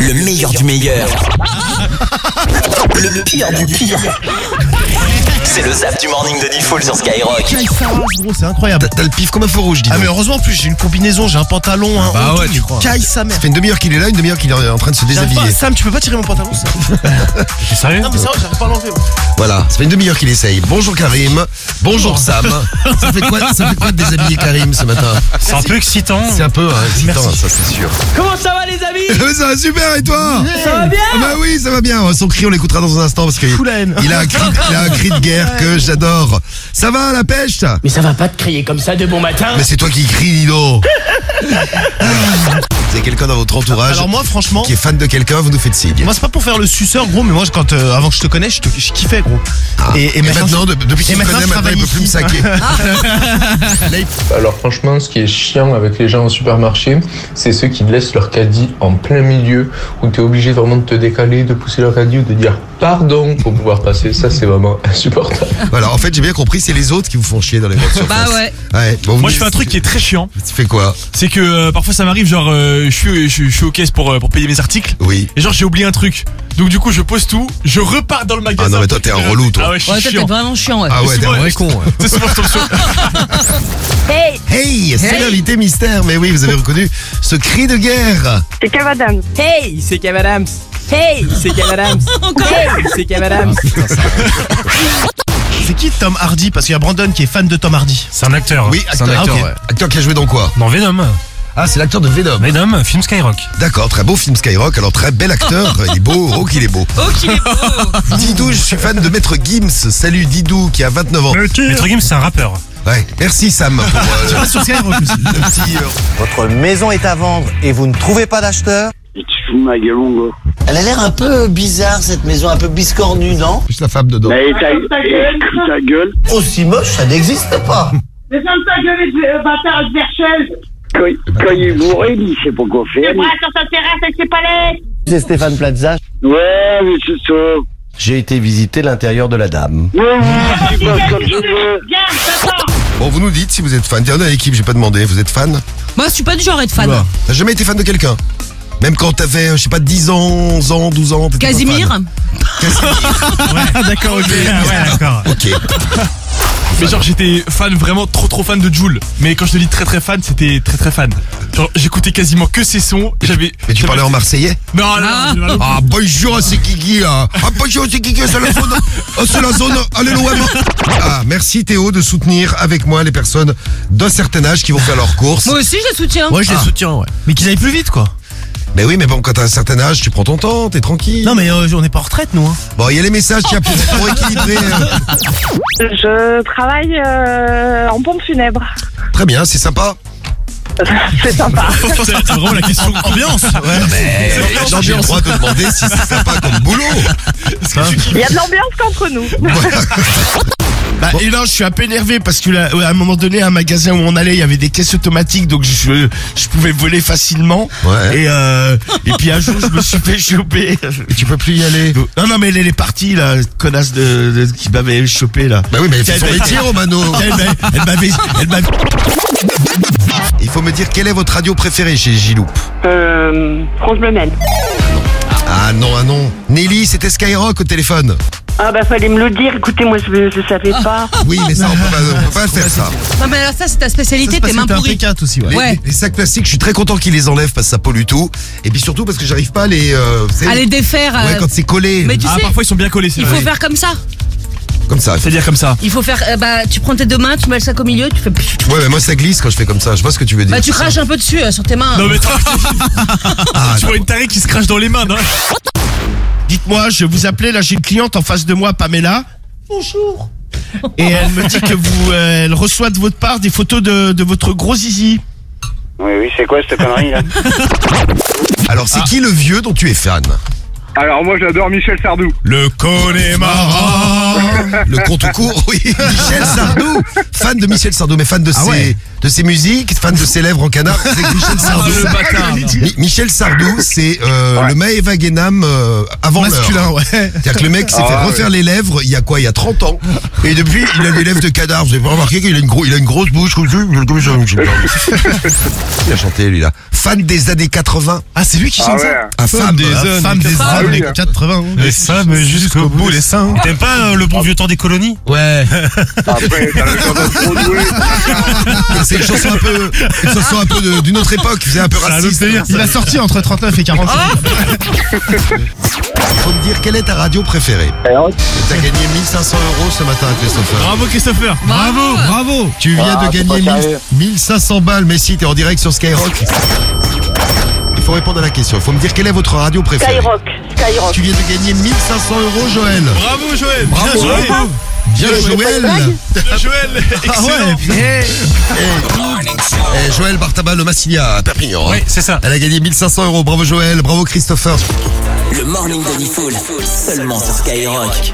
Le meilleur du meilleur. Le pire du pire. C'est le zap du morning de Diffoul sur Skyrock. Quel savage, gros, c'est incroyable. T'as- T'as le pif comme un feu rouge, dis Ah, donc. mais heureusement, en plus, j'ai une combinaison, j'ai un pantalon, un bah haut, ouais, tout, tu je crois. Caille sa Ça mère. fait une demi-heure qu'il est là, une demi-heure qu'il est en train de se J'arrive pas- déshabiller. Sam, tu peux pas tirer mon pantalon, ça T'es sérieux Non, mais ça va, j'arrive pas à l'enlever. moi. Voilà, ça fait une demi-heure qu'il essaye. Bonjour Karim, bonjour Sam. ça, fait quoi, ça fait quoi de déshabiller Karim ce matin C'est un peu excitant. C'est un peu hein, excitant, Merci. ça c'est sûr. Comment ça va les amis ça va super et toi Ça va bien Ah Bah oui, ça va bien. Son cri, on l'écoutera dans un instant parce qu'il Fous la haine. il a, un cri- il a un cri de guerre que j'adore. Ça va la pêche ça Mais ça va pas te crier comme ça de bon matin Mais c'est toi qui crie, Lido. Vous avez quelqu'un dans votre entourage Alors, moi, franchement. qui est fan de quelqu'un, vous nous faites signe. Moi, c'est pas pour faire le suceur, gros, mais moi, quand, euh, avant que je te connaisse, je, te- je kiffais, gros. Ah. Et, maintenant, de- depuis qu'il et me maintenant, connaît, maintenant je il travaille peut plus me ici. saquer. Alors franchement, ce qui est chiant avec les gens au supermarché, c'est ceux qui laissent leur caddie en plein milieu, où tu es obligé vraiment de te décaler, de pousser leur caddie ou de dire pardon pour pouvoir passer. Ça, c'est vraiment insupportable. Voilà, en fait, j'ai bien compris, c'est les autres qui vous font chier dans les voitures. Bah ouais. Ouais, bon, vous Moi, dites- je fais un truc qui est très chiant. Tu fais quoi C'est que euh, parfois, ça m'arrive, genre, euh, je suis, je suis- je suis aux caisses pour, euh, pour payer mes articles. Oui. Et genre, j'ai oublié un truc. Donc, du coup, je pose tout, je repars dans le magasin. Ah non, mais toi, t'es un relou, toi. Ah ouais, je suis Ouais, toi, t'es chiant. vraiment chiant, ouais. Ah ouais, t'es un souvent, vrai je- con. ouais. C'est souvent, je tombe sur- Hey, Hey, c'est Hey. l'invité mystère. Mais oui, vous avez reconnu ce cri de guerre. c'est Cavadam. Hey, c'est Cavadams Hey, c'est Cavadams Hey, c'est Cavadams C'est qui Tom Hardy Parce qu'il y a Brandon qui est fan de Tom Hardy. Oh, C'est un acteur. Oui, acteur. Ah, acteur, Ah, ok. ouais. Acteur qui a joué dans quoi Dans Venom. Ah, c'est l'acteur de Venom. Venom, film Skyrock. D'accord, très beau film Skyrock. Alors, très bel acteur. Il est beau. Oh, qu'il est beau. Oh, qu'il est beau Didou, je suis fan de Maître Gims. Salut Didou, qui a 29 ans. Maître Gims, c'est un rappeur. Ouais, merci Sam pour euh, Sur Skyrock aussi. le petit. euh, Votre maison est à vendre et vous ne trouvez pas d'acheteur Elle a l'air un peu bizarre cette maison, un peu biscornue, non Juste la femme dedans. Hey, ta, gueule Aussi moche, ça n'existe pas. Descends ta gueule, euh, bâtard vercheuse. Quand, il est bourré, il sait pas quoi Te bras sur ta terrasse avec ses palettes. C'est Stéphane Plaza. Ouais, mais c'est ça. J'ai été visiter l'intérieur de la dame. Ouais, ouais, tu Viens, passes comme tu veux. t'attends. Bon, vous nous dites si vous êtes fan. Tiens, on est à l'équipe, j'ai pas demandé. Vous êtes fan Moi, je suis pas du genre à être fan. Oula. T'as jamais été fan de quelqu'un Même quand t'avais, euh, je sais pas, 10 ans, 11 ans, 12 ans. t'étais pas fan. Casimir Ah, d'accord, ok. ouais, d'accord. Ok. Mais genre, j'étais fan, vraiment trop trop fan de Joule. Mais quand je te dis très très fan, c'était très très fan. Genre, j'écoutais quasiment que ses sons. J'avais. Mais tu j'avais- parlais en marseillais Non, non, non, non. Ah bonjour, c'est Guigui là. Ah bonjour, c'est Guigui, c'est la zone. Ah, C'est la zone. Allez loin. Ah, merci Théo de soutenir avec moi les personnes d'un certain âge qui vont faire leurs courses. Moi aussi, je le soutiens. Moi, je les Ah. soutiens, ouais. Mais qu'ils aillent plus vite, quoi. Mais oui, mais bon, quand t'as un certain âge, tu prends ton temps, t'es tranquille. Non, mais euh, on est pas en retraite, nous. Hein. Bon, il y a les messages qui appuient pour équilibrer. euh. Je travaille euh, en pompe funèbre. Très bien, c'est sympa. C'est sympa. C'est vraiment la question. Ambiance. Mais C'est j'ai le l'ambiance. droit de demander si c'est sympa comme boulot. Est-ce que tu kiffes Il y a de l'ambiance qu'entre nous. Bah, et là, je suis un peu énervé parce que là, ouais, à un moment donné, à un magasin où on allait, il y avait des caisses automatiques, donc je, je pouvais voler facilement. Ouais. Et, euh, et puis un jour, je me suis fait choper. Et tu peux plus y aller. Non, non, mais elle elle est partie, là, connasse de, de- qui m'avait chopé, là. Bah oui, mais c'est son métier, Romano. Elle m'a- elle m'avait. Elle m'avait. Il faut me dire quelle est votre radio préférée chez Giloup. Euh, France Bleu Maine. Ah non, ah non. Nelly, c'était Skyrock au téléphone. Ah bah fallait me le dire. Écoutez, moi je, je savais Ah. pas. Oui, mais ça, on peut pas, on peut pas faire ça. Non, mais alors, ça, c'est ta spécialité, Parce tes que mains t'es un pourries. P4 aussi, ouais. Les, Ouais. les- les sacs plastiques, je suis très content qu'ils les enlèvent parce que ça pollue tout. Et puis surtout parce que j'arrive pas à les. euh, vous savez, Allez, défaire. euh, ouais, quand c'est collé. Mais tu Ah, sais, parfois ils sont bien collés, c'est il vrai. faut faire comme ça. Comme ça. C'est-à-dire comme ça. Il faut faire. euh, bah, tu prends tes deux mains, tu mets le sac au milieu, tu fais. Ouais, mais moi ça glisse quand je fais comme ça. Je vois ce que tu veux dire. Bah, tu craches un peu dessus, euh, sur tes mains. Non mais attends, Ah, tu vois une tarée qui se crache dans les mains, non Dites-moi, je vous appelais, là, j'ai une cliente en face de moi, Pamela. Bonjour. Et elle me dit que vous, euh, elle reçoit de votre part des photos de, de votre gros zizi. Oui, oui, c'est quoi cette connerie là Alors, Ah. c'est qui le vieux dont tu es fan Alors moi j'adore Michel Sardou. Le Connemara Le compte court, oui. Michel Sardou. Fan de Michel Sardou, mais fan de, ses, ouais. de ses musiques, fan de ses lèvres en canard. Ah, C'est que Michel Sardou. le bâtard. Mi- Michel Sardou, c'est euh, le Maeva Guénam euh, avant l'heure. Masculin, ouais. C'est-à-dire que le mec s'est fait refaire les lèvres il y a quoi Il y a 30 ans. Et depuis, il a des lèvres de cadavre. Vous avez pas remarqué qu'il a, une gros, il a une grosse bouche comme ça, comme ça, comme ça. Il a chanté, lui, là. fan des années 80. Ah, c'est lui qui Ah chante ouais. ça Ah, femme des années Femme des 80. années Ah oui. 80. Les femmes jusqu'au bout, les seins. T'aimes pas euh, le bon vieux temps des colonies Ouais. Ah, C'est une chanson un peu, une chanson un peu de- d'une autre époque, c'est un peu Ça a un autre raciste. hein. Ah. délire, ça. Il a sorti entre 39 et 45. Faut me dire quelle est ta radio préférée. T'as gagné 1500 euros ce matin, Christopher. Bravo, Christopher. Ah. Bravo, bravo. Tu viens Ah, de c'est pas gagner sérieux. 1000 1500 balles, mais si t'es en direct sur Skyrock. Il faut répondre à la question. Il faut me dire quelle est votre radio préférée. Skyrock, Skyrock. Tu viens de gagner 1500 euros, Joël. Bravo Joël Bravo. Bien joué Bien Bien joué. Joël. Ah Bien Ah Joël Excellent Eh, Joël Bartaba, le Massilia, à Perpignan. Oui, c'est ça. hein. Elle a gagné 1500 euros. Bravo Joël, bravo Christopher. Le morning de Diffoul, seulement sur Skyrock.